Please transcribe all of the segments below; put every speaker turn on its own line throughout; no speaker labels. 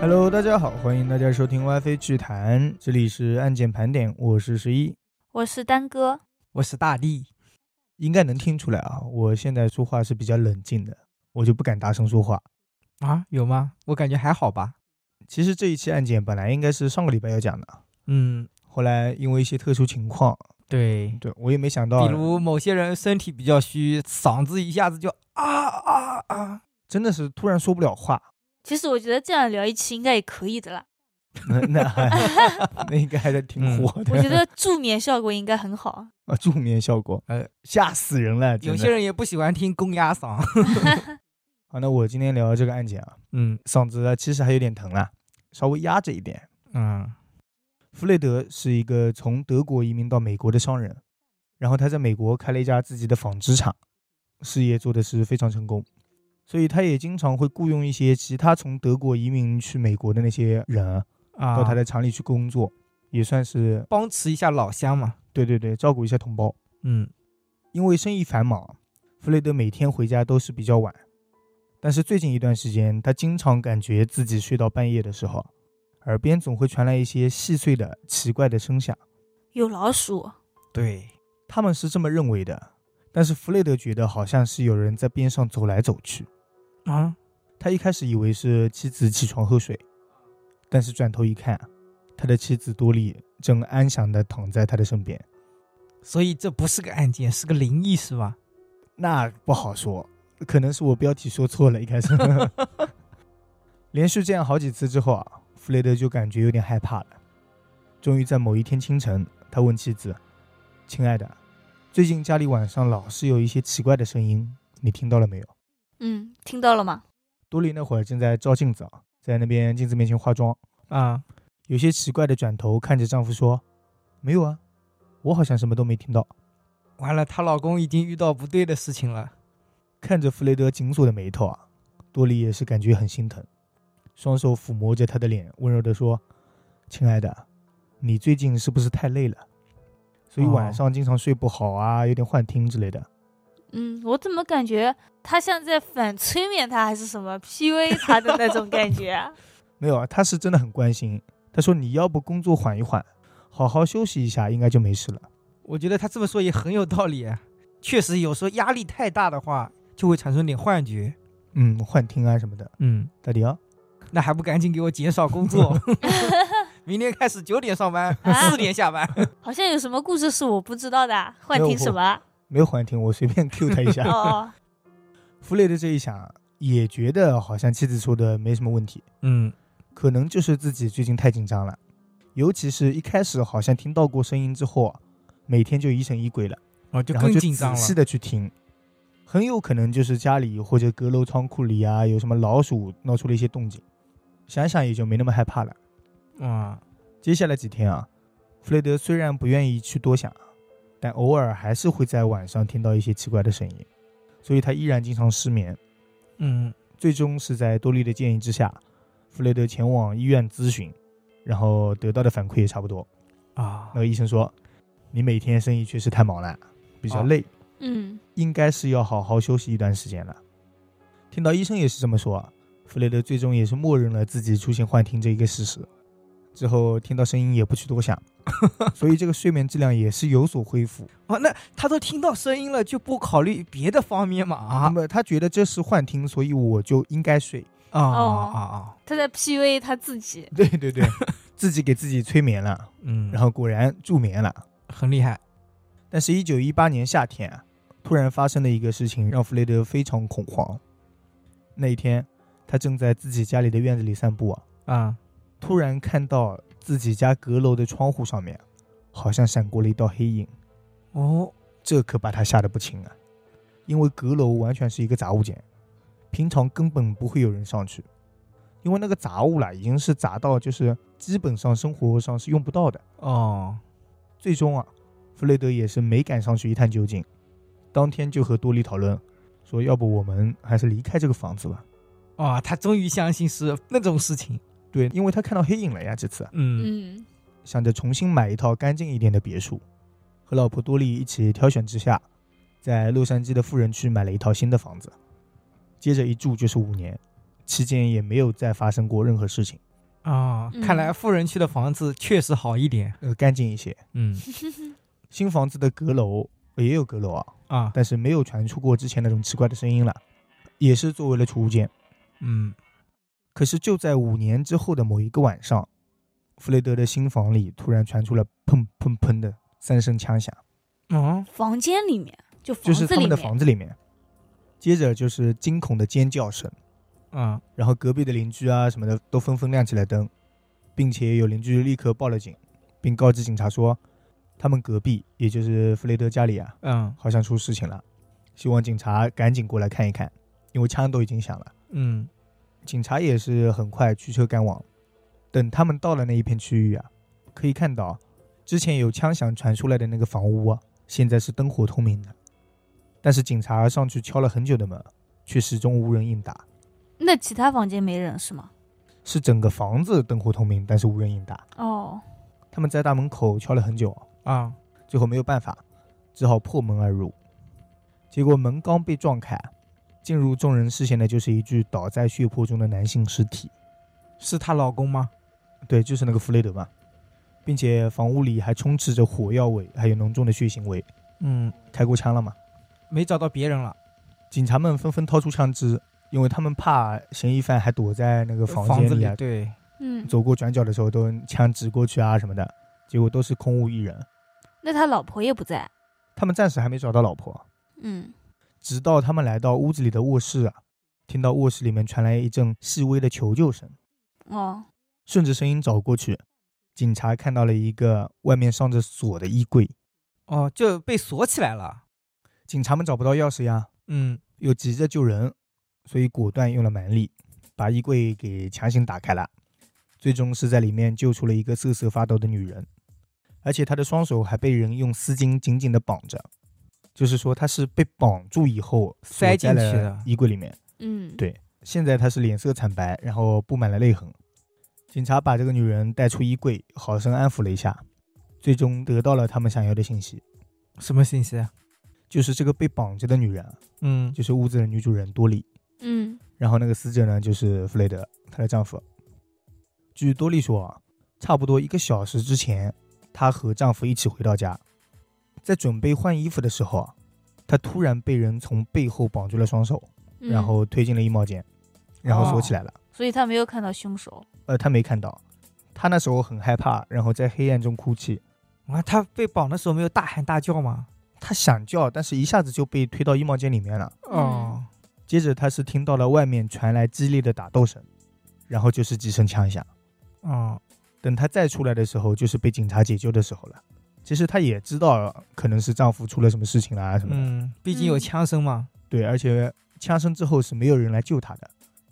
Hello，大家好，欢迎大家收听 WiFi 剧谈，这里是案件盘点，我是十一，
我是丹哥，
我是大力。
应该能听出来啊，我现在说话是比较冷静的，我就不敢大声说话。
啊，有吗？我感觉还好吧。
其实这一期案件本来应该是上个礼拜要讲的，
嗯，
后来因为一些特殊情况，
对，
对我也没想到，
比如某些人身体比较虚，嗓子一下子就啊啊啊，
真的是突然说不了 话，
其实我觉得这样聊一期应该也可以的 啦。
那那还那应该还是挺
嗯
火的。
我觉得助眠效果应该很好。
啊，助眠效果，
呃，
吓死人了。真
有
的
些人也不喜欢听公鸭 嗓。
好，那我今天聊这个案件啊，
嗯
嗓子啊其实还有点疼啊，稍微压着一点。
嗯
弗雷德是一个从德国移民到美国的商人，然后他在美国开了一家自己的纺织厂，事业做的是非常成功，所以他也经常会雇佣一些其他从德国移民去美国的那些人啊
啊，
到他的厂里去工作，也算是
帮持一下老乡嘛。
对对对，照顾一下同胞。
嗯
因为生意繁忙，弗雷德每天回家都是比较晚。但是最近一段时间，他经常感觉自己睡到半夜的时候，耳边总会传来一些细碎的、奇怪的声响。
有老鼠，
对，
他们是这么认为的，但是弗雷德觉得好像是有人在边上走来走去。
啊，
他一开始以为是妻子起床喝水，但是转头一看，他的妻子多莉正安详地躺在他的身边。
所以这不是个案件，是个灵异是吧？
那不好说，可能是我标题说错了，一开始。连续这样好几次之后啊，弗雷德就感觉有点害怕了。终于在某一天清晨，他问妻子：“亲爱的，最近家里晚上老是有一些奇怪的声音，你听到了没有
嗯，听到了吗？？”
多莉那会儿正在照镜子啊，在那边镜子面前化妆，
啊，
有些奇怪的转头看着丈夫说：“没有啊，我好像什么都没听到。
完了，她老公已经遇到不对的事情了。”
看着弗雷德紧锁的眉头啊，多莉也是感觉很心疼，双手抚摸着他的脸，温柔地说：“亲爱的，你最近是不是太累了？所以晚上经常睡不好啊，有点幻听之类的。
嗯，我怎么感觉他像在反催眠他，还是什么 PUA 他的那种感觉啊？
没有啊，他是真的很关心。他说你要不工作缓一缓，好好休息一下，应该就没事了。
我觉得他这么说也很有道理。啊确实，有时候压力太大的话，就会产生点幻觉。
嗯，幻听啊什么的，
嗯，
大迪啊，
那还不赶紧给我减少 工作？明天开始九点上班，
啊
四点下班。
好像有什么故事是我不知道的啊，幻
没有
听什么啊？
没有幻听，我随便 Q 他一下。
哦，
弗雷德这一想，也觉得好像妻子说的没什么问题。
嗯
可能就是自己最近太紧张了，尤其是一开始好像听到过声音之后啊，每天就疑神疑鬼了，
哦，就
然后
更
就
紧张
仔
了。
细的去听，很有可能就是家里或者阁楼仓库里啊有什么老鼠闹出了一些动静，想想也就没那么害怕了。
啊，
接下来几天啊，弗雷德虽然不愿意去多想，啊但偶尔还是会在晚上听到一些奇怪的声音，所以他依然经常失眠。
嗯，
最终是在多利的建议之下，弗雷德前往医院咨询，然后得到的反馈也差不多。
啊
那，个医生说：“你每天生意确实太忙了，比较累，
嗯，
应该是要好好休息一段时间了。”听到医生也是这么说，弗雷德最终也是默认了自己出现幻听这一个事实。之后听到声音也不去多想， 所以这个睡眠质量也是有所恢复。
哦，那他都听到声音了，就不考虑别的方面嘛？
那
啊
么他觉得这是幻听，所以我就应该睡。
啊
哦
啊啊！
他在 PUA 他自己。
对对对， 自己给自己催眠了，
嗯，
然后果然助眠了。
很厉害。
但是，一九一八年夏天啊，突然发生了一个事情，让弗雷德非常恐慌。那一天，他正在自己家里的院子里散步啊，
啊，
突然看到自己家阁楼的窗户上面，好像闪过了一道黑影，
哦，
这可把他吓得不轻啊！因为阁楼完全是一个杂物间，平常根本不会有人上去，因为那个杂物啦，啊已经是杂到就是基本上生活上是用不到的。
哦，
最终啊，弗雷德也是没敢上去一探究竟，当天就和多莉讨论，说要不我们还是离开这个房子吧。
哦，他终于相信是那种事情。
对，因为他看到黑影了呀，这次啊
嗯
嗯，
想着重新买一套干净一点的别墅，和老婆多莉一起挑选之下，在洛杉矶的富人区买了一套新的房子，接着一住就是五年，期间也没有再发生过任何事情。
啊、
嗯
看来富人区的房子确实好一点。
呃，干净一些。
嗯
新房子的阁楼也有阁楼啊，
啊，
但是没有传出过之前那种奇怪的声音了，也是作为了储物间。
嗯
可是就在五年之后的某一个晚上，弗雷德的新房里突然传出了砰砰砰的三声枪响，
哦，
房间里面就房
就是他
子里
们的
面，
房子里面。接着就是惊恐的尖叫声，
啊
然后隔壁的邻居啊什么的都纷纷亮起了灯，并且有邻居立刻报了警，并告知警察说，他们隔壁也就是弗雷德家里啊
嗯
好像出事情了，希望警察赶紧过来看一看，因为枪都已经响了。
嗯
警察也是很快驱车赶往。等他们到了那一片区域啊，可以看到之前有枪响传出来的那个房屋啊，现在是灯火通明的。但是警察上去敲了很久的门，却始终无人应答。
那其他房间没人是吗？
是整个房子灯火通明，但是无人应答。
哦，
他们在大门口敲了很久，
啊
最后没有办法，只好破门而入。结果门刚被撞开，啊进入众人视线的就是一具倒在血泊中的男性尸体。
是她老公吗？
对，就是那个弗雷德嘛，并且房屋里还充斥着火药味，还有浓重的血腥味。
嗯，
开过枪了嘛？
没找到别人了，
警察们纷纷掏出枪支，因为他们怕嫌疑犯还躲在那个房
子
间
里
里啊，
对，
嗯，
走过转角的时候都枪指过去啊什么的，结果都是空无一人。
那他老婆也不在，
他们暂时还没找到老婆，
嗯，
直到他们来到屋子里的卧室啊，听到卧室里面传来一阵细微的求救声，
哦，
顺着声音找过去，警察看到了一个外面上着锁的衣柜，
哦，就被锁起来了。
警察们找不到钥匙呀，
嗯
又急着救人，所以果断用了蛮力，把衣柜给强行打开了。最终是在里面救出了一个瑟瑟发抖的女人，而且她的双手还被人用丝巾紧紧的绑着，就是说她是被绑住以后锁
塞进
在
去
了
的
衣柜里面。
嗯，
对现在她是脸色惨白，然后布满了泪痕。警察把这个女人带出衣柜，好生安抚了一下，最终得到了他们想要的信息，
什么信息？
就是这个被绑着的女人啊，
嗯
就是屋子的女主人多莉。
嗯，
然后那个死者呢，就是弗雷德，她的丈夫。据多利说啊，差不多一个小时之前，她和丈夫一起回到家，在准备换衣服的时候啊，她突然被人从背后绑住了双手，
嗯
然，后推进了衣帽间，然后锁起来了。
所以他没有看到凶手，
呃，她没看到，她那时候很害怕，然后在黑暗中哭泣。
啊，她被绑的时候没有大喊大叫吗？
她想叫，但是一下子就被推到衣帽间里面了。
哦，
接着，她是听到了外面传来激烈的打斗声，然后就是几声枪响。
哦，
等她再出来的时候，就是被警察解救的时候了。其实她也知道呃可能是丈夫出了什么事情啦、什么的、
嗯，毕竟有
嗯
枪声嘛。
对，而且枪声之后是没有人来救她的，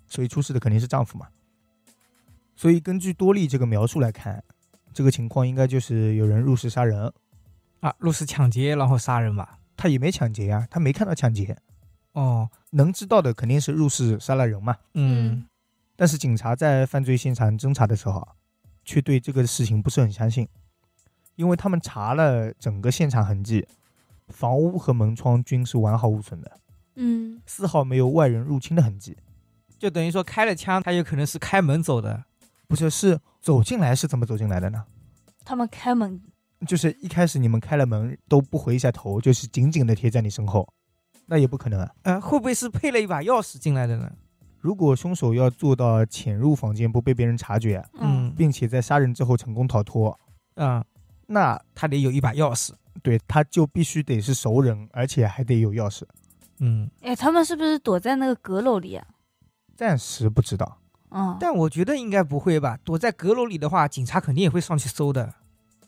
所以出事的肯定是丈夫嘛。所以根据多利这个描述来看，这个情况应该就是有人入室杀人，
啊，入室抢劫然后杀人吧。
她也没抢劫呀、啊她没看到抢劫，
哦，
能知道的肯定是入室杀了人嘛。
嗯，
但是警察在犯罪现场侦查的时候啊，却对这个事情不是很相信，因为他们查了整个现场痕迹，房屋和门窗均是完好无损的，
嗯，
丝毫没有外人入侵的痕迹。
就等于说开了枪，他有可能是开门走的。
不是，是走进来是怎么走进来的呢？
他们开门，
就是一开始你们开了门都不回一下头，就是紧紧的贴在你身后，那也不可能啊。
呃，会不会是配了一把钥匙进来的呢？
如果凶手要做到潜入房间不被别人察觉，啊
嗯，
并且在杀人之后成功逃脱，
啊、
那
他得有一把钥匙。
对他就必须得是熟人，而且还得有钥匙。
嗯，
哎，他们是不是躲在那个阁楼里啊？
暂时不知道，
嗯，
但我觉得应该不会吧？躲在阁楼里的话，警察肯定也会上去搜的。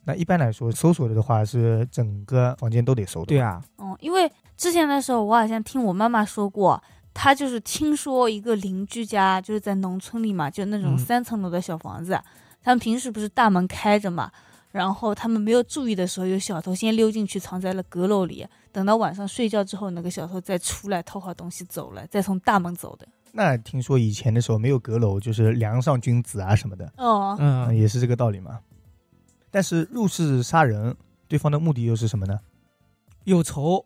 那一般来说，搜索的话是整个房间都得搜的。
对，啊，
嗯，因为之前的时候，我好像听我妈妈说过，她就是听说一个邻居家就是在农村里嘛，就那种
嗯
三层楼的小房子，他们平时不是大门开着嘛，然后他们没有注意的时候，有小偷先溜进去藏在了阁楼里，等到晚上睡觉之后，那个小偷再出来偷好东西走了，再从大门走的。
那听说以前的时候没有阁楼，就是梁上君子啊什么的，
哦，
嗯，
嗯，
也是这个道理嘛。但是入室杀人，对方的目的又是什么呢？
有仇。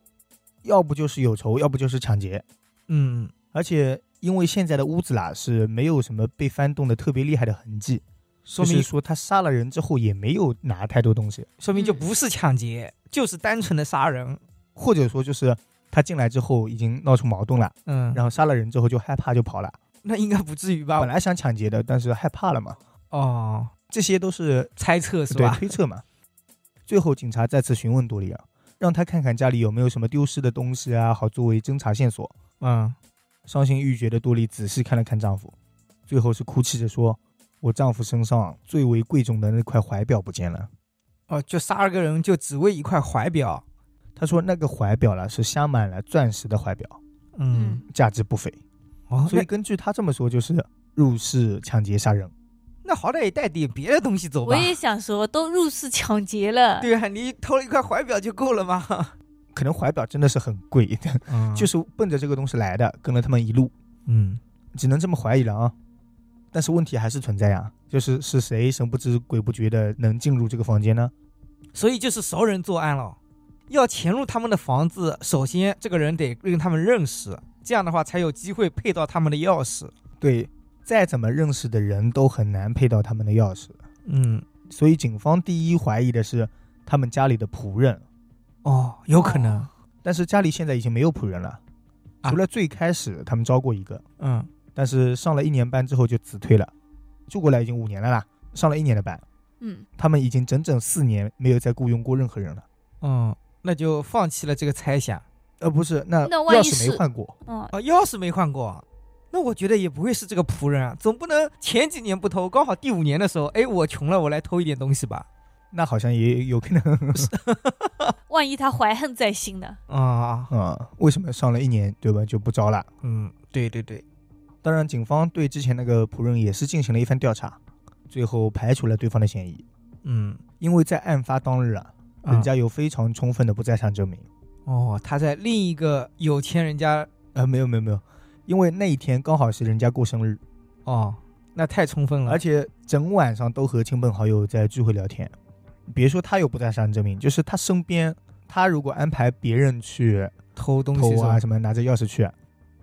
要不就是有仇，要不就是抢劫。
嗯
而且因为现在的屋子啦是没有什么被翻动的特别厉害的痕迹，就
说
是
明
说他杀了人之后也没有拿太多东西，
说明就
嗯
不是抢劫，就是单纯的杀人。
或者说就是他进来之后已经闹出矛盾了，
嗯，啊
然后杀了人之后就害怕就跑了，
那应该不至于吧
本？来想抢劫的，但是害怕了嘛，
哦，
这些都是
猜测是
对
吧？
推测嘛。最后，警察再次询问多利尔，让他看看家里有没有什么丢失的东西啊，好作为侦查线索。
嗯，
伤心欲绝的多莉仔细看了看丈夫，最后是哭泣着说：“我丈夫身上最为贵重的那块怀表不见了。
哦，就杀了个人就只为一块怀表。”
他说：“那个怀表啦，是镶满了钻石的怀表，
嗯，
价值不菲。
哦，
嗯所
那
以根据他这么说，就是入室抢劫杀人。
那好歹也带点别的东西走
我
吧。
也想说，都入室抢劫了，
对啊，你偷了一块怀表就够 了吗？
可能怀表真的是很贵，
嗯
就是奔着这个东西来的，跟了他们一路，
嗯，
只能这么怀疑了啊。但是问题还是存在呀、就是是谁神不知鬼不觉的能进入这个房间呢？
所以就是熟人作案了。要潜入他们的房子，首先这个人得令他们认识，这样的话才有机会配到他们的钥匙。
对，再怎么认识的人都很难配到他们的钥匙。
嗯，
所以警方第一怀疑的是他们家里的仆人，
哦，有可能。
哦
但是家里现在已经没有仆人了，
啊
除了最开始他们招过一个，
嗯，
但是上了一年班之后就辞退了，住过来已经五年了啦，上了一年的班，
嗯，
他们已经整整四年没有再雇佣过任何人了。
嗯，那就放弃了这个猜想。
呃，不是，那
那万
钥
一
匙
是
没换过，
哦，
啊，钥匙没换过，那我觉得也不会是这个仆人啊，总不能前几年不偷，刚好第五年的时候，哎，我穷了，我来偷一点东西吧。
那好像也有可能
万一他怀恨在心呢？
啊，
啊、为什么上了一年对吧就不招了？
嗯，对对对，
当然，警方对之前那个仆人也是进行了一番调查，最后排除了对方的嫌疑，
嗯，
因为在案发当日啊，
啊
人家有非常充分的不在场证明。
哦，他在另一个有钱人家，
呃，没有没有没有，因为那一天刚好是人家过生日，
哦，那太充分了，
而且整晚上都和亲朋好友在聚会聊天。别说他有不在场证明，就是他身边，他如果安排别人去
偷东西
偷
是吧
啊？什么，拿着钥匙去，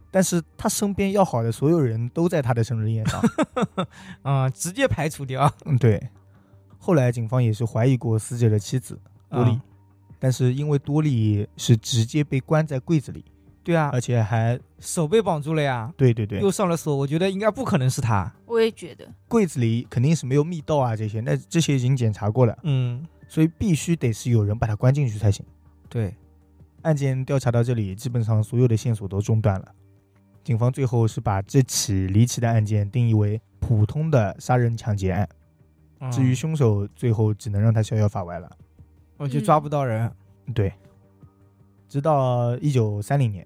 但是他身边要好的所有人都在他的生日宴 上。
啊，直接排除掉。
嗯，对。后来警方也是怀疑过死者的妻子多莉，
啊
但是因为多莉是直接被关在柜子里，
对啊
而，且还
手被绑住了呀，
对对哎对
又，上了锁，我觉得应该不可能是他。
我也觉得，
柜子里肯定是没有密道啊这些，那这些已经检查过了。
嗯，
所以必须得是有人把他关进去才行。
对，
案件调查到这里，基本上所有的线索都中断了。警方最后是把这起离奇的案件定义为普通的杀人抢劫案，
嗯
至于凶手，最后只能让他逍遥法外了。
我就抓不到人。
对，直到一九三零年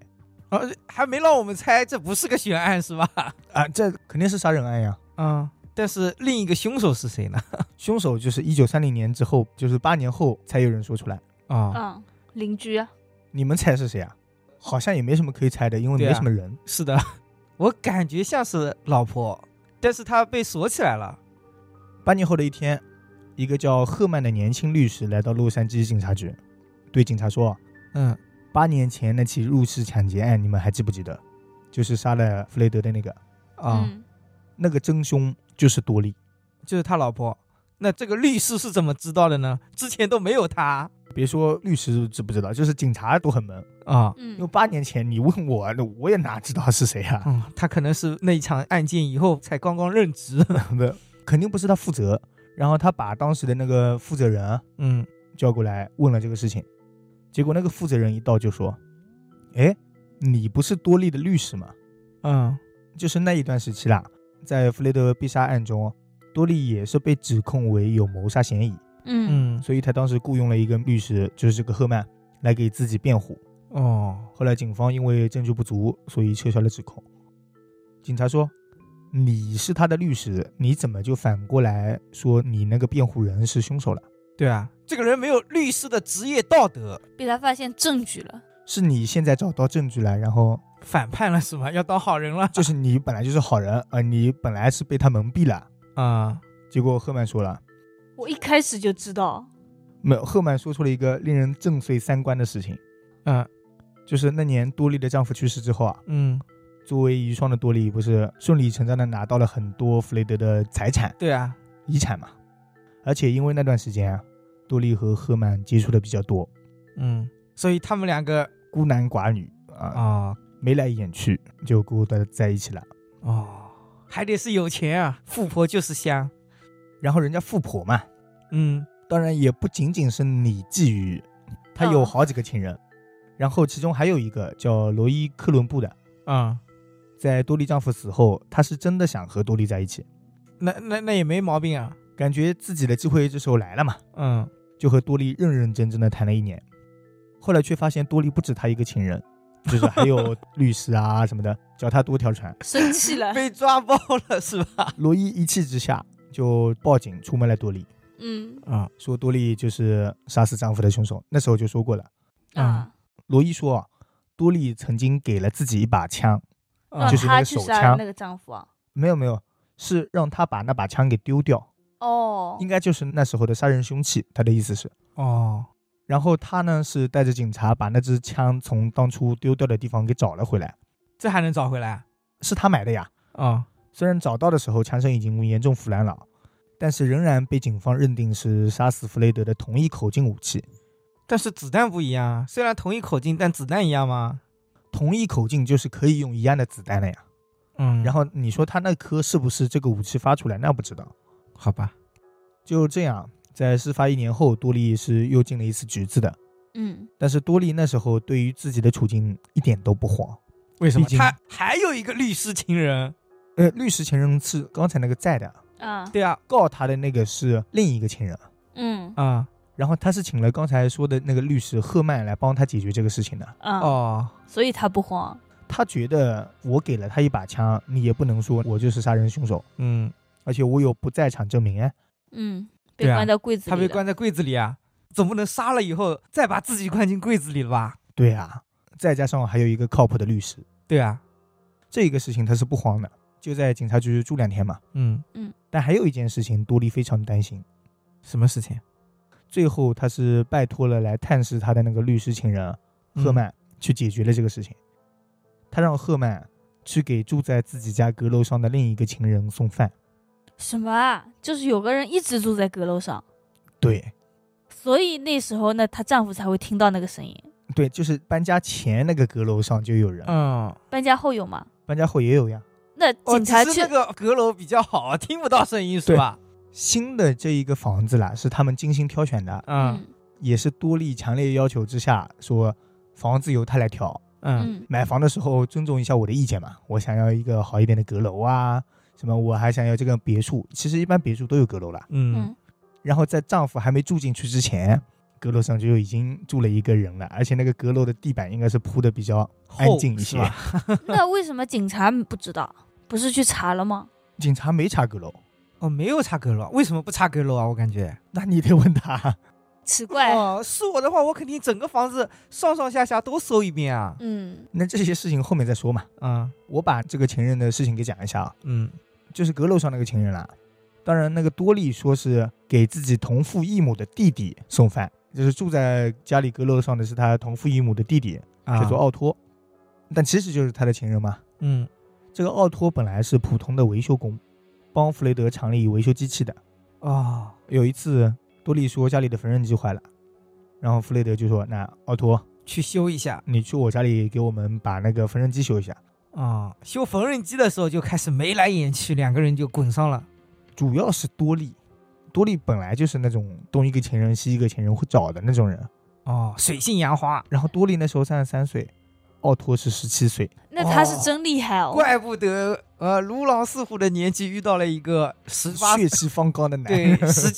啊，还没让我们猜这不是个悬案是吧？
啊，这肯定是杀人案呀。
嗯，但是另一个凶手是谁呢？
凶手就是一九三零年之后，就是八年后才有人说出来。
啊，
嗯，邻居啊，
你们猜是谁啊？好像也没什么可以猜的，因为
对啊
没什么人。
是的， 我感觉像是老婆，但是她被锁起来了。
八年后的一天，一个叫赫曼的年轻律师来到洛杉矶警察局，对警察说
嗯，：“
八年前那起入室抢劫案，你们还记不记得？就是杀了弗雷德的那个，
啊，
嗯，
那个真凶就是多利。
就是他老婆。那这个律师是怎么知道的呢？之前都没有他
别说律师知不知道，就是警察都很懵。
啊。
嗯，
因为八年前你问我，那我也哪知道是谁啊？
嗯，他可能是那一场案件以后才刚刚任职。
嗯
不，肯定不是他负责。然后他把当时的那个负责人啊
嗯
叫过来问了这个事情，结果那个负责人一到就说：“哎，你不是多利的律师吗？”
嗯
就是那一段时期啦，在弗雷德被杀案中，多利也是被指控为有谋杀嫌疑，
嗯，
嗯，
所以他当时雇佣了一个律师，就是这个赫曼，来给自己辩护。
哦，
后来警方因为证据不足，所以撤销了指控。警察说：“你是他的律师，你怎么就反过来说你那个辩护人是凶手了？
对啊，这个人没有律师的职业道德，
被他发现证据了，
是你现在找到证据了，然后
反叛了是吗？要当好人了
就是你本来就是好人啊、呃你本来是被他蒙蔽了。
啊？”
结果赫曼说了，
我一开始就知道，
没有，赫曼说出了一个令人震碎三观的事情。
嗯
就是那年多莉的丈夫去世之后啊，
嗯，
作为遗孀的多莉不是顺理成章的拿到了很多弗雷德的财产，
对啊，
遗产嘛。而且因为那段时间啊，多利和赫曼接触的比较多，
嗯，所以他们两个
孤男寡女啊，
啊
眉来眼去就勾搭在一起了。
哦，还得是有钱啊，富婆就是香。
然后人家富婆嘛，
嗯，
当然也不仅仅是你觊觎，她有好几个情人，然后其中还有一个叫罗伊·克伦布的，
啊、
在多利丈夫死后，她是真的想和多利在一起，
那那那也没毛病啊。
感觉自己的机会这时候来了嘛，
嗯，
就和多利认认真真的谈了一年，后来却发现多利不止她一个情人， 就是还有律师啊什么的，脚踏多条船。
生气了，
被抓包了是吧？
罗伊一气之下就报警出卖了多利，
嗯
啊
说多利就是杀死丈夫的凶手。那时候就说过了，
嗯
啊，
罗伊说啊，多利曾经给了自己一把枪，
啊
让
就是那
他
个
去
手
杀
枪
那个丈夫啊，
没有没有，是让他把那把枪给丢掉，
哦
应，该就是那时候的杀人凶器。他的意思是，
哦，
然后他呢是带着警察把那支枪从当初丢掉的地方给找了回来，
这还能找回来？
是他买的呀。
啊、
虽然找到的时候枪声已经严重腐烂了，但是仍然被警方认定是杀死弗雷德的同一口径武器。
但是子弹不一样啊，虽然同一口径，但子弹一样吗？
同一口径就是可以用一样的子弹了呀。
嗯
然
然后
后你说他那颗是不是这个武器发出来？那不知道。
好吧，
就这样，在事发一年后，多利是又进了一次局子的。
嗯，
但是多利那时候对于自己的处境一点都不慌。
为
什么
他还有一个律师情人？
呃，律师情人是刚才那个在的，
啊，
对啊，
告他的那个是另一个情人。
嗯
啊、
然后他是请了刚才说的那个律师赫曼来帮他解决这个事情的。
啊，
哦，
所以他不慌，
他觉得我给了他一把枪，你也不能说我就是杀人凶手，
嗯，
而且我有不在场证明哎。
嗯，被
对啊
关到柜子
他
里
被
了，
关在柜子里啊，总不能杀了以后再把自己关进柜子里了吧？
对啊，再加上还有一个靠谱的律师，
对啊，
这个事情他是不慌的，就在警察局住两天嘛。
嗯，
但还有一件事情，多利非常担心。
什么事情？
最后，他是拜托了来探视他的那个律师情人赫曼、去解决了这个事情。他让赫曼去给住在自己家阁楼上的另一个情人送饭。
什么啊？就是有个人一直住在阁楼上，
对
所以那时候呢，她丈夫才会听到那个声音。
对，就是搬家前那个阁楼上就有人，
嗯，
搬家后有吗？
搬家后也有呀。
那
哦，
警
只
察
是
去
那个阁楼比较好，听不到声音是吧？
新的这一个房子啦，是他们精心挑选的，
嗯
也是多利强烈要求之下说，房子由他来挑。
嗯
嗯
买房的时候尊重一下我的意见嘛，我想要一个好一点的阁楼啊，什么我还想要这个别墅。其实一般别墅都有阁楼啦。
嗯
嗯
然后在丈夫还没住进去之前，阁楼上就已经住了一个人了，而且那个阁楼的地板应该是铺的比较安静一
是
些。
吧？
嗯，那为什么警察不知道？不是去查了吗？
警察没查阁楼，
哦，没有插阁楼，为什么不插阁楼啊？我感觉，
那你得问他。
奇怪，
哦，是我的话，我肯定整个房子上上下下都搜一遍啊。
嗯
那这些事情后面再说嘛。
嗯
我把这个情人的事情给讲一下啊。
嗯
就是阁楼上那个情人啦、当然，那个多利说是给自己同父异母的弟弟送饭，就是住在家里阁楼上的是他同父异母的弟弟，
啊，
叫做奥托，但其实就是他的情人嘛。
嗯
这个奥托本来是普通的维修工，帮弗雷德厂里维修机器的。
哦，
有一次，多利说家里的缝纫机坏了，然后弗雷德就说：“那奥托，
去修一下
你去我家里给我们把那个缝纫机修一下。
啊、修缝纫机的时候就开始眉来眼去，两个人就滚上了。”
主要是多利，多利本来就是那种东一个情人西一个情人会找的那种人。
哦，水性杨花，
然后多利那时候三十三岁，奥托是十七岁，
那他是
哦
真厉害哦。
怪不得呃如狼似虎的年纪遇到了一个十八
血气方刚的男
对十，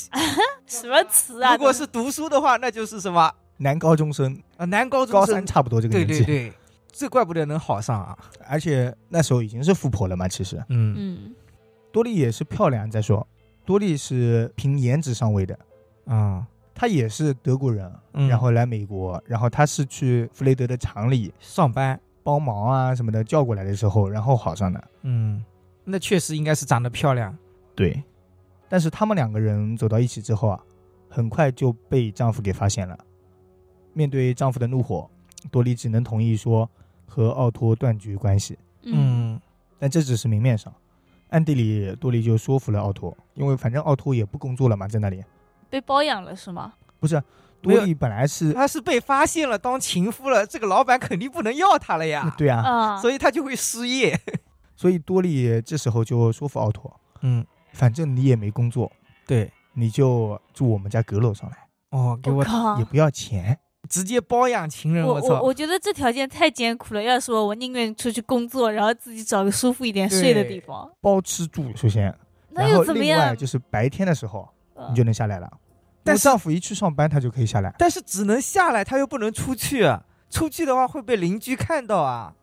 什么词啊？
如果是读书的话，那就是什么
男高中生，
呃男高中
高
生
三，差不多这个
对
年纪，
对对，这怪不得能好上啊。
而且那时候已经是富婆了嘛。其实
嗯
嗯
多利也是漂亮，再说多利是凭颜值上位的，
啊，
她也是德国人，
嗯
然后来美国，然后她是去弗雷德的厂里
上班，
帮忙啊什么的叫过来的时候，然后好上的。
嗯，那确实应该是长得漂亮。
对，但是他们两个人走到一起之后啊，很快就被丈夫给发现了。面对丈夫的怒火，多莉只能同意说和奥托断绝关系，
嗯，
但这只是明面上，暗地里多利就说服了奥托，因为反正奥托也不工作了嘛，在那里。
被包养了是吗？
不是
没有
多利本来是，
啊
他是被发现了当情夫了，这个老板肯定不能要他了呀，
对啊，
啊，
所以他就会失业。
所以多利这时候就说服奥托，
嗯，
反正你也没工作，
对，
你就住我们家阁楼上来，
哦，给我
靠
也！不要钱。
直接包养情人，
我
操
我！我觉得这条件太艰苦了。要是我，我宁愿出去工作，然后自己找个舒服一点睡的地方。
包吃住，首先，
那
然后
又怎么
另外
样？
就是白天的时候
嗯
你就能下来了。但
但
丈夫一去上班，他就可以下来。
但是只能下来，他又不能出去，啊出去的话会被邻居看到啊。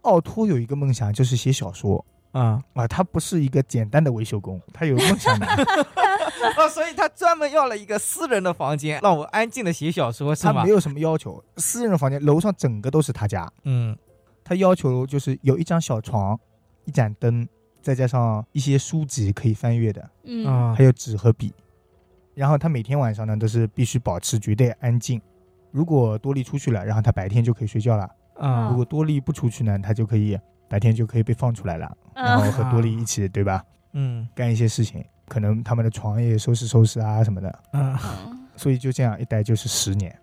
奥托有一个梦想，就是写小说
啊、
啊，他不是一个简单的维修工，他有梦想 的，
哦，所以他专门要了一个私人的房间，让我安静的写小说，是
他
吗
没？有什么要求。私人的房间，楼上整个都是他家，
嗯，
他要求就是有一张小床，一盏灯，再加上一些书籍可以翻阅的，
嗯，
啊
还有纸和笔。然后他每天晚上呢都是必须保持绝对安静。如果多利出去了，然后他白天就可以睡觉了；
啊
如果多利不出去呢，他就可以白天就可以被放出来了，然后
嗯
和多利一起，对吧？
嗯
干一些事情，可能他们的床也收拾收拾啊什么的。
嗯，
嗯
所以就这样一待就是十年，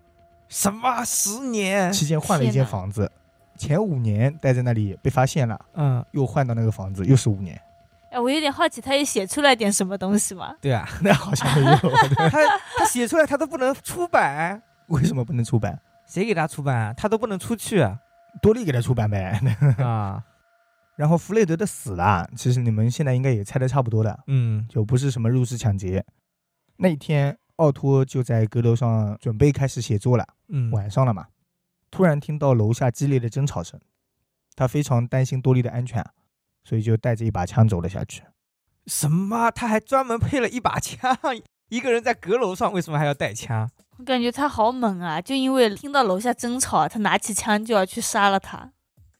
什么十年？
期间换了一
啊天
间
哪
房子，前五年待在那里被发现了，
嗯，
又换到那个房子，又是五 年。
哎，我有点好奇，他也写出来点什么东西吗？
对啊，
那好像没有，对
他他写出来他都不能出版，
为什么不能出 版？
谁给他出版啊？他都不能出去 啊。
多利给他出版呗。 然后弗雷德的死啦，其实你们现在应该也猜的差不多了，
嗯
就不是什么入室抢劫。那一天，奥托就在阁楼上准备开始写作了，
嗯
晚上了嘛，突然听到楼下激烈的争吵声，他非常担心多利的安全，啊所以就带着一把枪走了下去。
什么？他还专门配了一把枪， 一个人在阁楼上，为什么还要带枪？
我感觉他好猛啊！就因为听到楼下争吵，他拿起枪就要去杀了他。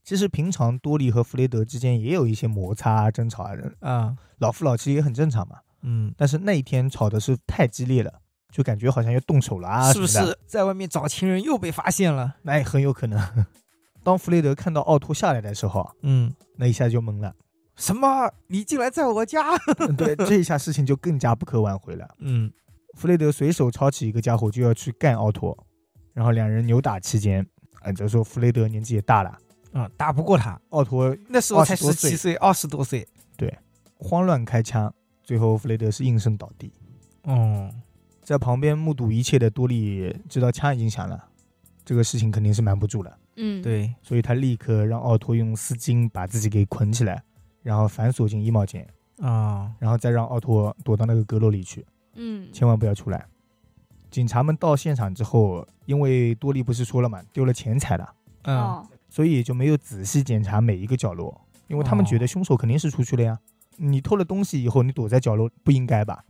其实平常多利和弗雷德之间也有一些摩擦啊、争吵啊，
啊，
老夫老妻也很正常嘛。
嗯，
但是那一天吵的是太激烈了，就感觉好像要动手了啊，
是不
什么的？
是在外面找情人又被发现了？
那也很有可能。 当弗雷德看到奥托下来的时候，啊
嗯，
那一下就懵 了。
什么？你竟然在我家？
对，这一下事情就更加不可挽回了。
嗯
弗雷德随手抄起一个家伙就要去干奥托，然后两人扭打期间，啊，这时候弗雷德年纪也大了，
啊，打不过他，
奥托
那时候才
20多
十
岁
七岁，二十多岁。
慌乱开枪，最后弗雷德是应声倒地。
哦，
在旁边目睹一切的多利知道枪已经响了，这个事情肯定是瞒不住了，
嗯，，
对，
所以他立刻让奥托用丝巾把自己给捆起来，然后反锁进衣帽间，
啊，
然后再让奥托躲到那个阁楼里去，
嗯，
千万不要出来。警察们到现场之后，因为多利不是说了嘛，丢了钱财了，
嗯，
哦，
所以也就没有仔细检查每一个角落，因为他们觉
哦
得凶手肯定是出去了呀。你偷了东西以后，你躲在角落不应该吧？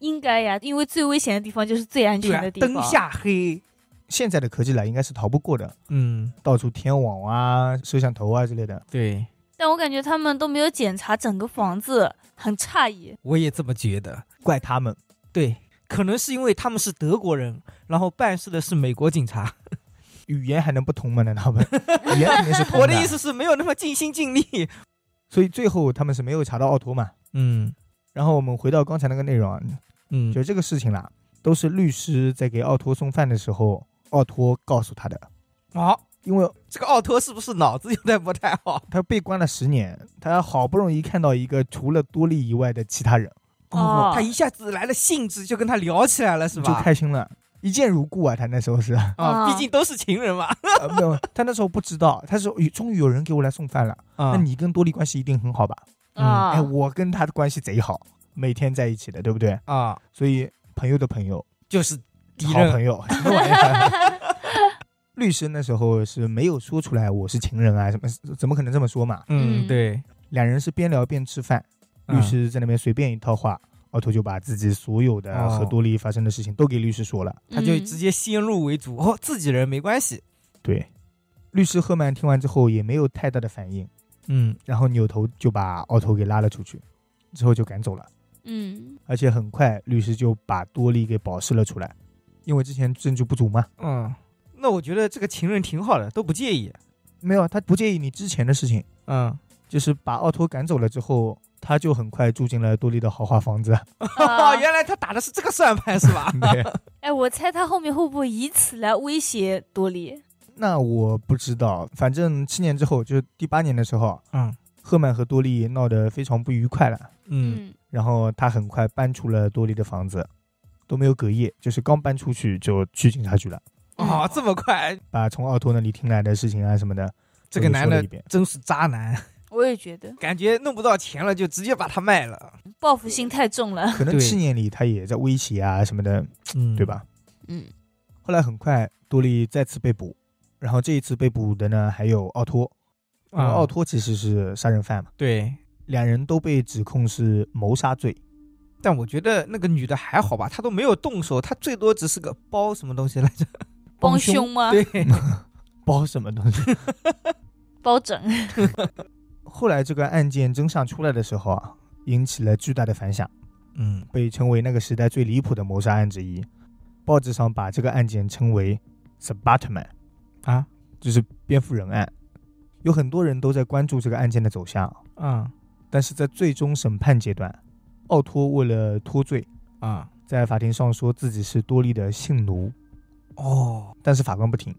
应该呀，因为最危险的地方就是最安
对
全
啊
的，地方。
灯，下黑，
现在的科技了，应该是逃不过的，
嗯，
到处天网啊、摄像头啊之类的。
对，
但我感觉他们都没有检查整个房子，很诧异。
我也这么觉得。
怪他们。
对，可能是因为他们是德国人，然后办事的是美国警察。
语言还能不通吗？难道不？语言肯定是通
我的意思是没有那么尽心尽力。
所以最后他们是没有查到奥托嘛。
嗯
然后我们回到刚才那个内容啊，
嗯
就这个事情啦，都是律师在给奥托送饭的时候，奥托告诉他的。
好、
因为
这个奥托是不是脑子有点不太好？
他被关了十年，他好不容易看到一个除了多利以外的其他人，
哦
他一下子来了兴致，就跟他聊起来了，是
就
吧？
开心了，一见如故啊。他那时 候是，呃
啊，
啊
毕竟都是情人嘛。
没有，他那时候不知道，他说哎终于有人给我来送饭了。
啊
那你跟多利关系一定很好吧？
嗯
啊、
哎，我跟他的关系贼好，每天在一起的，对不对？
啊，
所以朋友的朋友，
就是敌
好
人
朋 友，什么玩意儿？律师那时候是没有说出来我是情人啊，什么怎么可能这么说嘛？
嗯，
嗯
对，
两人是边聊边吃饭，
嗯
律师在那边随便一套话，奥托就把自己所有的
哦
和多利发生的事情都给律师说了。
嗯他就
嗯
直接先入为主，哦，自己人没关系。
对，律师赫曼听完之后也没有太大的反应，
嗯
然后扭头就把奥托给拉了出去，之后就赶走了。
嗯
而且很快律师就把多利给保释了出来，因为之前证据不足嘛。
嗯，那我觉得这个情人挺好的，都不介意。
啊没有，他不介意你之前的事情，
嗯
就是把奥托赶走了之后，他就很快住进了多利的豪华房子。
啊
哦原来他打的是这个算盘是吧？
对，
哎，我猜他后面会不会以此来威胁多利？
那我不知道，反正七年之后，就是第八年的时候，
嗯
赫曼和多利闹得非常不愉快了。
嗯，
然后他很快搬出了多利的房子，都没有隔夜，就是刚搬出去就去警察局了，
嗯
啊、这么快，
把从奥托那里听来的事情啊什么的，
这个男
都说
的
了一遍
真是渣男，
我也觉得
感觉弄不到钱了就直接把他卖了，
报复心太重了。
可能
对
七年里他也在威胁啊什么的，
嗯
对？吧？
嗯
后来很快多利再次被捕，然后这一次被捕的呢还有奥托，因为
啊，
奥托其实是杀人犯嘛，
对，
两人都被指控是谋杀 罪。
但我觉得那个女的还好吧，她都没有动手，她最多只是个包什么东西来着？
帮
凶
凶吗？
对，
包什么东西？
包拯。
后来这个案件真相出来的时候啊，引起了巨大的反响。
嗯，
被称为那个时代最离谱的谋杀案之一。报纸上把这个案件称为 “The Batman”，
啊，
就是蝙蝠人案。有很多人都在关注这个案件的走向，
啊
但是在最终审判阶段，奥托为了脱罪，
啊，
在法庭上说自己是多利的性奴，
哦，
但是法官不听，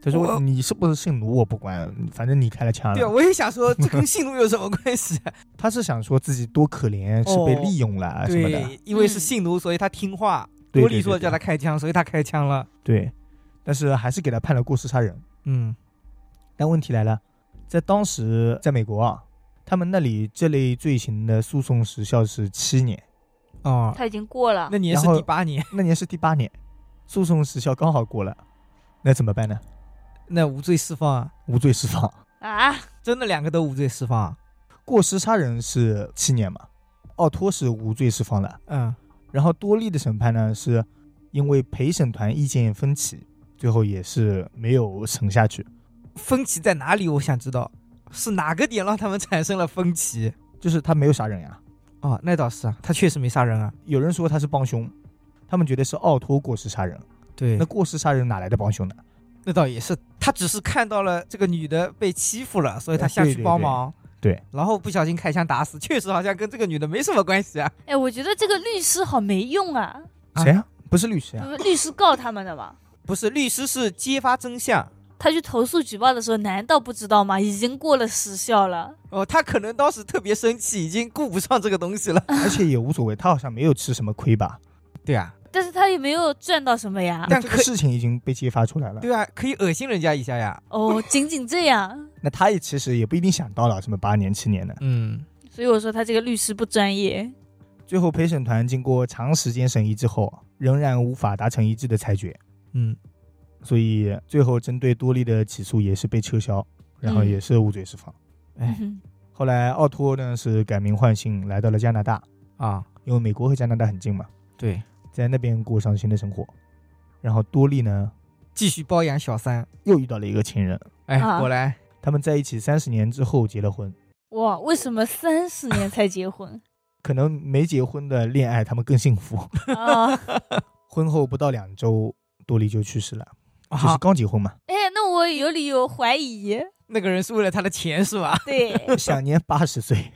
他说
我：“
你是不是性奴我不管，反正你开了枪
对啊，
了。
我也想说这跟性奴有什么关系？”啊
他是想说自己多可怜，是被
哦
利用了 啊什么的。
对，因为是性奴，所以他听话。
对
多
对对
利说叫
对
他开枪，所以他开枪了。
对，但是还是给他判了过失杀人。
嗯
但问题来了，在当时在美国啊，他们那里这类罪行的诉讼时效是七年，
哦，
他已经过了
那，年
然
是
后
第八年，
那年是第八年，诉讼时效刚好过了，那怎么办呢？
那无罪释放啊，
无罪释放。
啊，
真的两个都无罪释放啊。
过失杀人是七年嘛，奥托是无罪释放了。
嗯，
然后多利的审判呢，是因为陪审团意见分歧，最后也是没有审下去。
分歧在哪里？我想知道是哪个点让他们产生了分歧。
就是他没有杀人呀、
哦，那倒是啊，他确实没杀人啊。
有人说他是帮凶，他们觉得是奥托过失杀人。
对
那
那
过失杀人哪来的帮凶呢？
那倒也是，他只是看到了这个女的被欺负了，所以他
哎
下
对
去
对
帮
对
忙。
对
然后不小心开枪打死，确实好像跟这个女的没什么关系啊。
哎，我觉得这个律师好没用啊，
啊
谁呀、不是律师啊呀、
不是律师告他们的嘛。
不是，律师是揭发真相，
他去投诉举报的时候，难道不知道吗？已经过了时效了。
哦，他可能当时特别生气，已经顾不上这个东西了。
而且也无所谓，他好像没有吃什么亏吧？
对啊，
但是他也没有赚到什么呀。
那
但
这个
可
事情已经被揭发出来了，
对啊，可以恶心人家一下呀。
哦，仅仅这样，
那他也其实也不一定想到了什么八年七年的。
嗯，
所以我说他这个律师不专业。
最后陪审团经过长时间审议之后，仍然无法达成一致的裁决，
嗯，
所以最后针对多利的起诉也是被撤销，然后
嗯
也是无罪释放。
哎
嗯
后来奥托呢是改名换姓来到了加拿大，
啊，
因为美国和加拿大很近嘛，
对，
在那边过上新的生活。然后多利呢
继续包养小三。
又遇到了一个情人，
哎，
啊
果然
他们在一起三十年之后结了婚。
哇，为什么三十年才结婚
可能没结婚的恋爱，他们更幸 福。
啊？
婚后不到两周，多莉就去世了，就
啊
是，刚结婚 嘛，
哎，那我有理由怀疑。
那个人是为了他的钱是吧？
对，
享年八十 岁，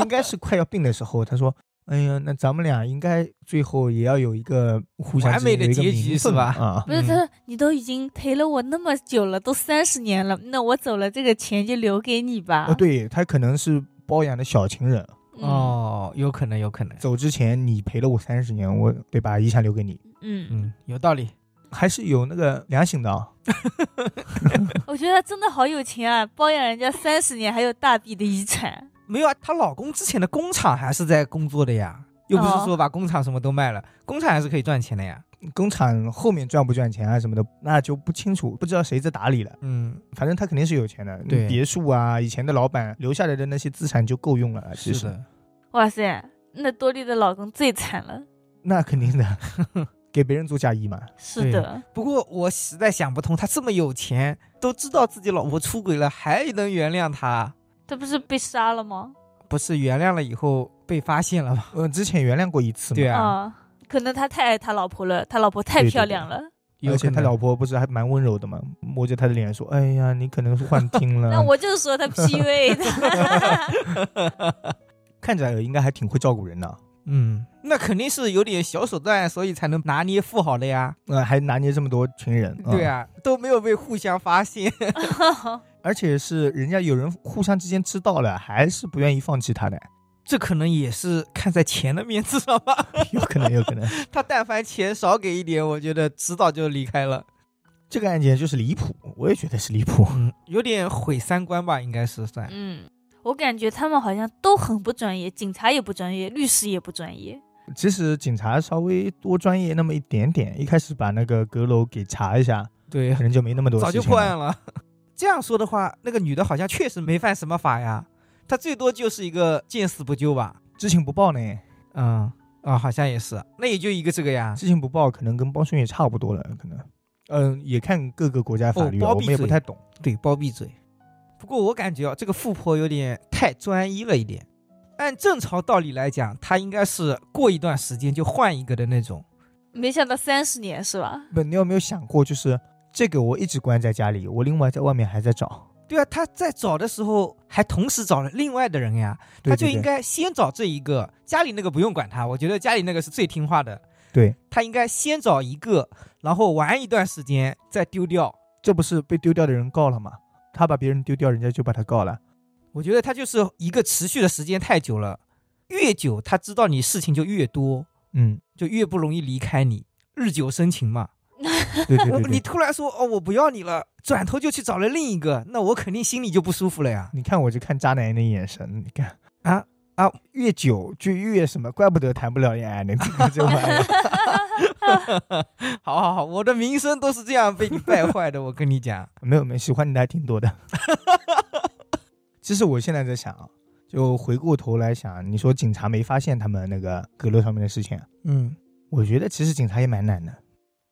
应该是快要病的时候。他说：“哎呀，那咱们俩应该最后也要有一个互相
完美的
之间有一个
结局
名分
是吧
啊，
不是
嗯
他说你都已经陪了我那么久了，都三十年了，那我走了，这个钱就留给你吧。
啊
哦，对他可能是包养的小情人，
嗯，
哦，有可能，有可能。
走之前你陪了我三十年，我对吧？遗产留给你，
嗯，
嗯，有道理。
还是有那个良心的啊。
我觉得他真的好有钱啊，包养人家三十年，还有大笔的遗产。
没有啊，她老公之前的工厂还是在工作的呀，又不是
哦
说把工厂什么都卖了，工厂还是可以赚钱的呀。
工厂后面赚不赚钱啊什么的，那就不清楚，不知道谁在打理了。”
嗯，
反正他肯定是有钱的，
对
别墅啊，以前的老板留下来的那些资产就够用了。啊其
是
实
的，
哇塞，那多莉的老公最惨了。
那肯定 的，给别人做嫁衣嘛。
是的，
不过我实在想不通，他这么有钱，都知道自己老婆出轨了，还能原谅他？
他不是被杀了吗？
不是原谅了以后被发现了吗？
呃，之前原谅过一次嘛，
嗯对啊，
啊，可能他太爱他老婆了，他老婆太
对对
漂
对
亮了。
而且他
有可能
老婆不是还蛮温柔的嘛，摸着他的脸说：“哎
嗯
呀，你可能是幻听了。”
那我就说他 PUA 的，
看起来应该还挺会照顾人的，
嗯，那肯定是有点小手段，所以才能拿捏富豪的呀。
呃，还拿捏这么多群人，嗯
对，啊，都没有被互相发现。
而且是人家有人互相之间知道了，还是不愿意放弃他的，
这可能也是看在钱的面子上吧。
有可能，有可能。
他但凡钱少给一点，我觉得迟早就离开了。
这个案件就是离谱，我也觉得是离谱。
嗯，有点毁三观吧，应该是算。
嗯，我感觉他们好像都很不专业，警察也不专业，律师也不专业。
其实警察稍微多专业那么一点点，一开始把那个阁楼给查一下，
对
可，能就没那么多
早
事情
就
了
破案了。啊 这样说的话，那个女的好像确实没犯什么法呀，她最多就是一个见死不救吧。
知情不报呢，
嗯，啊，好像也是，那也就一个这个呀。
知情不报可能跟包训也差不多了，可能。嗯，也看各个国家法律了，
哦包
我
庇
们也不
罪
太懂。
对，包庇罪。不过我感觉啊，这个富婆有点太专一了一点。按正常道理来讲，她应该是过一段时间就换一个的那种。
没想到三十年是吧？
不，你有没有想过，就是这个我一直关在家里，我另外在外面还在找，
对啊，她在找的时候还同时找了另外的人呀，
对
她
对
就
对
应该先找这一个，家里那个不用管她，我觉得家里那个是最听话的。
对，
她应该先找一个，然后玩一段时间再丢掉。
这不是被丢掉的人告了吗？他把别人丢掉，人家就把他告了。
我觉得她就是一个持续的时间太久了，越久她知道你事情就越多。
嗯，
就越不容易离开你，日久生情嘛。
对对对
你
对。
突然说哦，我不要你了，转头就去找了另一个，那我肯定心里就不舒服了呀。
你看我这看渣男的眼神，你看
啊啊，
越久就越什么，怪不得谈不了恋爱呢，这个这玩意儿
好好好，我的名声都是这样被你败坏的，我跟 你讲。
没有没有，喜欢你的还挺多的。 其实我现在在想啊，就回过头来想，你说警察没发现他们那个阁楼上面的事情啊，
嗯，
我觉得其实警察也蛮难的。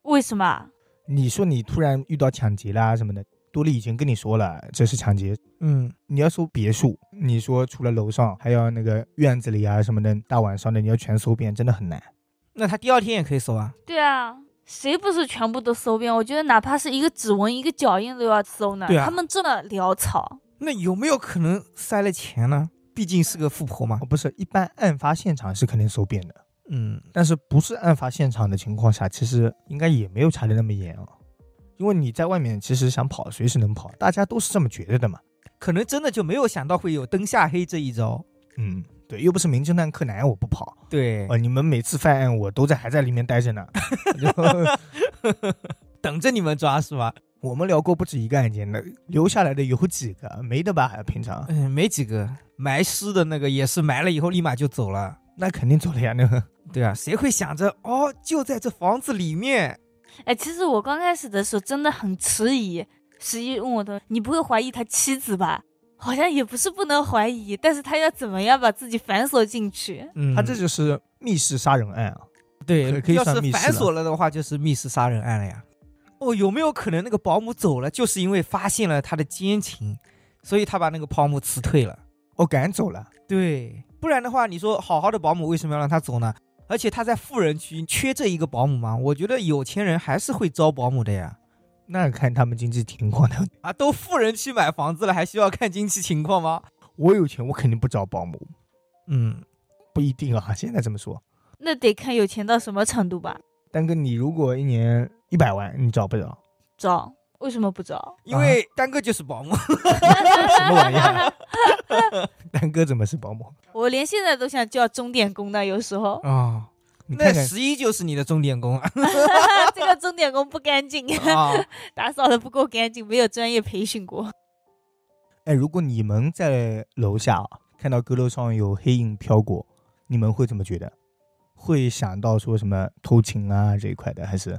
为什么？啊
你说你突然遇到抢劫啦什么的，多利已经跟你说了这是抢劫。
嗯，
你要搜别墅，你说除了楼上，还要那个院子里啊什么的，大晚上的你要全搜遍，真的很难。
那他第二天也可以搜啊。
对啊，谁不是全部都搜遍？我觉得哪怕是一个指纹、一个脚印都要搜呢。
对啊
他们这么潦草，
那有没有可能塞了钱呢？毕竟是个富婆嘛
哦，。不是，一般案发现场是肯定搜遍的，
嗯，
但是不是案发现场的情况下，其实应该也没有查的那么严啊、因为你在外面其实想跑，随时能跑，大家都是这么觉得的嘛。
可能真的就没有想到会有灯下黑这一招。
嗯，对，又不是名侦探柯南，我不跑。
对
哦，你们每次犯案，我都在还在里面待 着呢。 就
等着你们抓是吧？
我们聊过不止一个案件的，留下来的有几个？没的吧？平常
嗯，没几个埋尸的那个也是埋了以后立马就走了。
那肯定走了呀， 那个
对啊，谁会想着哦，就在这房子里面？
哎，其实我刚开始的时候真的很迟疑。十一问我的，你不会怀疑他妻子吧？好像也不是不能怀疑，但是他要怎么样把自己反锁进去？
嗯
他这就是密室杀人案啊。
对
可可以
要
算
是
密室
反
了
锁了的话，就是密室杀人案了呀。哦，有没有可能那个保姆走了，就是因为发现了他的奸情，所以他把那个保姆辞退了？
哦，赶走了，
对，不然的话，你说好好的保姆为什么要让他走呢？而且他在富人区缺这一个保姆吗？我觉得有钱人还是会招保姆的呀。
那看他们经济情况的。
啊，都富人区买房子了，还需要看经济情况吗？
我有钱，我肯定不找保姆，
嗯，
不一定啊。现在这么说，
那得看有钱到什么程度吧。
丹哥，你如果一年一百万，你找不着
找，为什么不找？
因
啊
为丹哥就是保姆。
什么玩意儿？啊丹哥怎么是保姆？
我连现在都想叫钟点工的，有时 候
哦，
你
那
看看，
十一就是你的钟点工啊！
这个钟点工不干净，
啊
打扫的不够干净，没有专业培训过。
哎，如果你们在楼下啊看到阁楼上有黑影飘过，你们会怎么觉得？会想到说什么偷情啊这一块的，还是？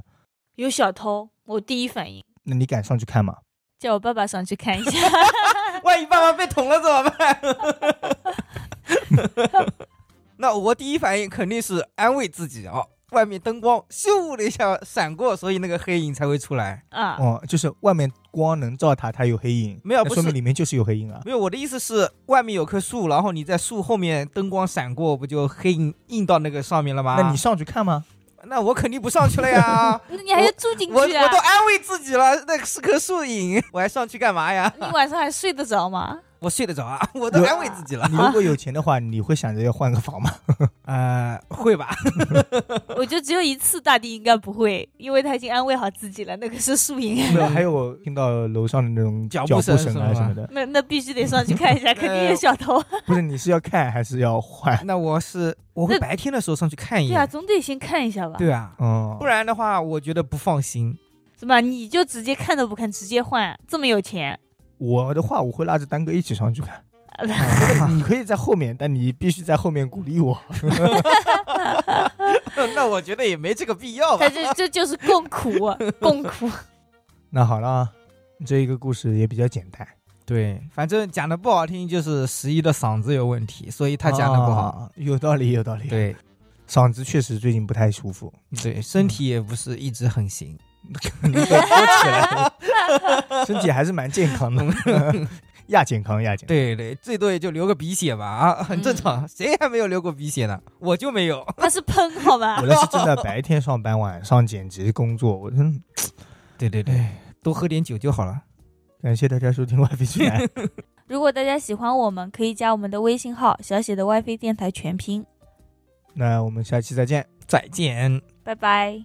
有小偷，我第一反应
那你敢上去看吗？
叫我爸爸上去看一 下。
万一爸爸被捅了怎么办？ 那我第一反应肯定是安慰自己哦，外面灯光咻的一下闪过，所以那个黑影才会出来。
啊，
哦，就是外面光能照它，它有黑影，
没有
那
不
说
是
明里面就是有黑影啊。
没有，我的意思是外面有棵树，然后你在树后面灯光闪过，不就黑影映到那个上面了吗？
那你上去看吗？
那我肯定不上去了 呀。
那你还要住进
我我
去
都
啊？
安慰自己了，那是棵树影，我还上去干嘛呀？
你晚上还睡得着吗？
我睡得着啊，我都
有
安慰自己了。
你如果有钱的话， 你会想着要换个房吗？
呃，会吧？
我觉得只有一次大地应该不会，因为他已经安慰好自己了，那个是输赢，
没有，还有我听到楼上的那种
脚
脚
步
步
声
声啊
是吗
什么的，
那那必须得上去看一下，肯定有小偷。
不是你是要看还是要换？
那我是我会
那
白天的时候上去看一
对啊，
眼，
总得先看一下吧，
对啊，
哦，
不然的话我觉得不放心。
是吧？你就直接看都不看，直接换，这么有钱，
我的话我会拉着丹哥一起上去 看。
啊
你可以在后面，但你必须在后面鼓励我。
那我觉得也没这个必要吧
他。这这就是共苦，共苦。
那好了啊，这一个故事也比较简单，
对，反正讲的不好听就是十一的嗓子有问题，所以他讲的不好。
啊，有道理，有道理。，
对
嗓子确实最近不太舒服，
对，身体也不是一直很行，
你给包起来了， 身体还是蛮健康的， 亚健康，亚健康。
对对，最多也就流个鼻血吧，啊，很正常，谁还没有流过鼻血呢？我就没有。
他是喷，好吧
我？那是真的白天上班，晚上剪辑工作，我真
对对对，多喝点酒就好了。
感谢大家收听《外飞去 南》，
如果大家喜欢我们，可以加我们的微信号，小写的 WiFi 电台全拼。
那我们下期再见。
再见。
拜拜。